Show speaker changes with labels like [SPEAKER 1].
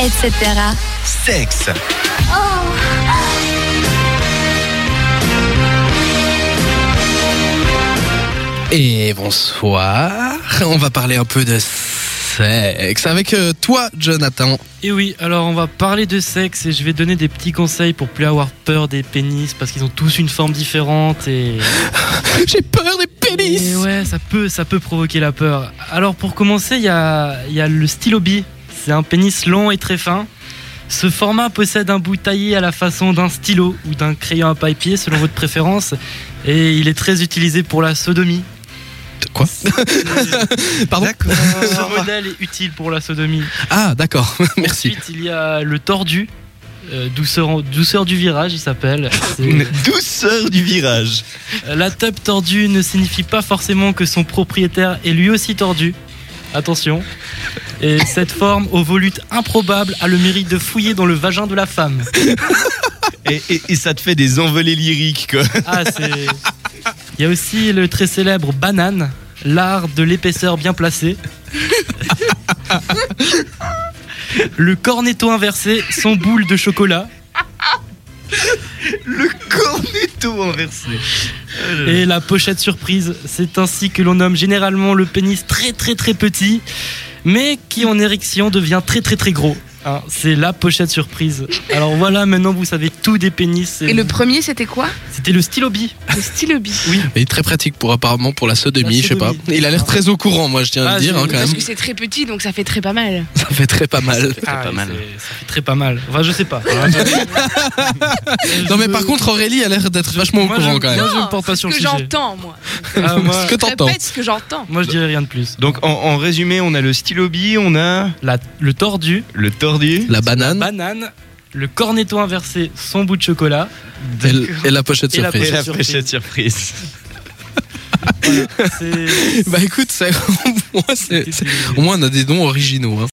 [SPEAKER 1] etc.
[SPEAKER 2] Sexe. Et bonsoir. On va parler un peu de sexe avec euh, toi, Jonathan.
[SPEAKER 3] Et oui, alors on va parler de sexe et je vais donner des petits conseils pour plus avoir peur des pénis parce qu'ils ont tous une forme différente et,
[SPEAKER 2] J'ai peur des pénis.
[SPEAKER 3] et Eh ouais, ça peut, ça peut provoquer la peur. Alors pour commencer, il y a, il y a le stylobi. C'est un pénis long et très fin. Ce format possède un bout taillé à la façon d'un stylo ou d'un crayon à papier selon votre préférence et il est très utilisé pour la sodomie.
[SPEAKER 2] Quoi Pardon
[SPEAKER 4] D'accord.
[SPEAKER 3] Ce modèle est utile pour la sodomie.
[SPEAKER 2] Ah, d'accord. Merci.
[SPEAKER 3] Ensuite, il y a le tordu. euh, douceur, douceur du virage, il s'appelle. C'est- euh,
[SPEAKER 4] Douceur du virage.
[SPEAKER 3] La tube tordue ne signifie pas forcément que son propriétaire est lui aussi tordu. Attention. Et cette forme aux volutes improbables a le mérite de fouiller dans le vagin de la femme.
[SPEAKER 4] Et, et- et ça te fait des envolées lyriques, quoi.
[SPEAKER 3] Ah, c'est. Il y a aussi le très célèbre banane, l'art de l'épaisseur bien placée. Le cornetto inversé, son boule de chocolat.
[SPEAKER 4] Le cornetto inversé.
[SPEAKER 3] Et la pochette surprise, c'est ainsi que l'on nomme généralement le pénis très très très petit, mais qui en érection devient très très très gros. Hein, c'est la pochette surprise. Alors voilà, maintenant vous savez tout des pénis.
[SPEAKER 5] Et le premier, c'était quoi
[SPEAKER 3] C'était le stylobi.
[SPEAKER 5] Le stylobi.
[SPEAKER 2] Il est très pratique pour apparemment pour la sodomie,
[SPEAKER 3] La
[SPEAKER 2] je sais pas.
[SPEAKER 3] sodomie.
[SPEAKER 2] Il a l'air très au courant, moi je tiens à
[SPEAKER 3] Ah,
[SPEAKER 2] le dire
[SPEAKER 3] c'est-
[SPEAKER 2] hein, quand
[SPEAKER 5] Parce
[SPEAKER 2] même.
[SPEAKER 5] que c'est très petit, donc ça fait très pas mal.
[SPEAKER 2] Ça fait très pas mal.
[SPEAKER 3] Ah,
[SPEAKER 4] pas
[SPEAKER 3] et
[SPEAKER 4] mal.
[SPEAKER 3] c'est- Ça fait très pas mal. Enfin, je sais pas.
[SPEAKER 2] Non mais par contre Aurélie a l'air d'être vachement au
[SPEAKER 3] Mmh. Moi, je-
[SPEAKER 2] courant quand même.
[SPEAKER 3] je ne
[SPEAKER 5] Non,
[SPEAKER 3] porte pas
[SPEAKER 5] c'est
[SPEAKER 3] sur
[SPEAKER 5] ce
[SPEAKER 3] le
[SPEAKER 5] que
[SPEAKER 3] sujet.
[SPEAKER 5] j'entends, moi.
[SPEAKER 3] Ah, moi,
[SPEAKER 2] Ce que
[SPEAKER 5] Je
[SPEAKER 2] t'entends.
[SPEAKER 5] répète ce que j'entends.
[SPEAKER 3] moi, je dirais rien de plus.
[SPEAKER 4] Donc, en, en résumé, on a le stylobi, on a
[SPEAKER 3] La- le tordu,
[SPEAKER 4] le tordu.
[SPEAKER 2] La banane
[SPEAKER 3] banane, le cornetto inversé, son bout de chocolat.
[SPEAKER 2] et l- et la pochette
[SPEAKER 3] Et la
[SPEAKER 2] surprise.
[SPEAKER 4] Et la
[SPEAKER 3] surprise.
[SPEAKER 4] fléchette surprise.
[SPEAKER 3] Voilà, c'est-
[SPEAKER 2] Bah écoute, c'est- au moins, c'est-
[SPEAKER 3] c'était
[SPEAKER 2] c'est-
[SPEAKER 3] des-
[SPEAKER 2] au moins on a des dons originaux. hein.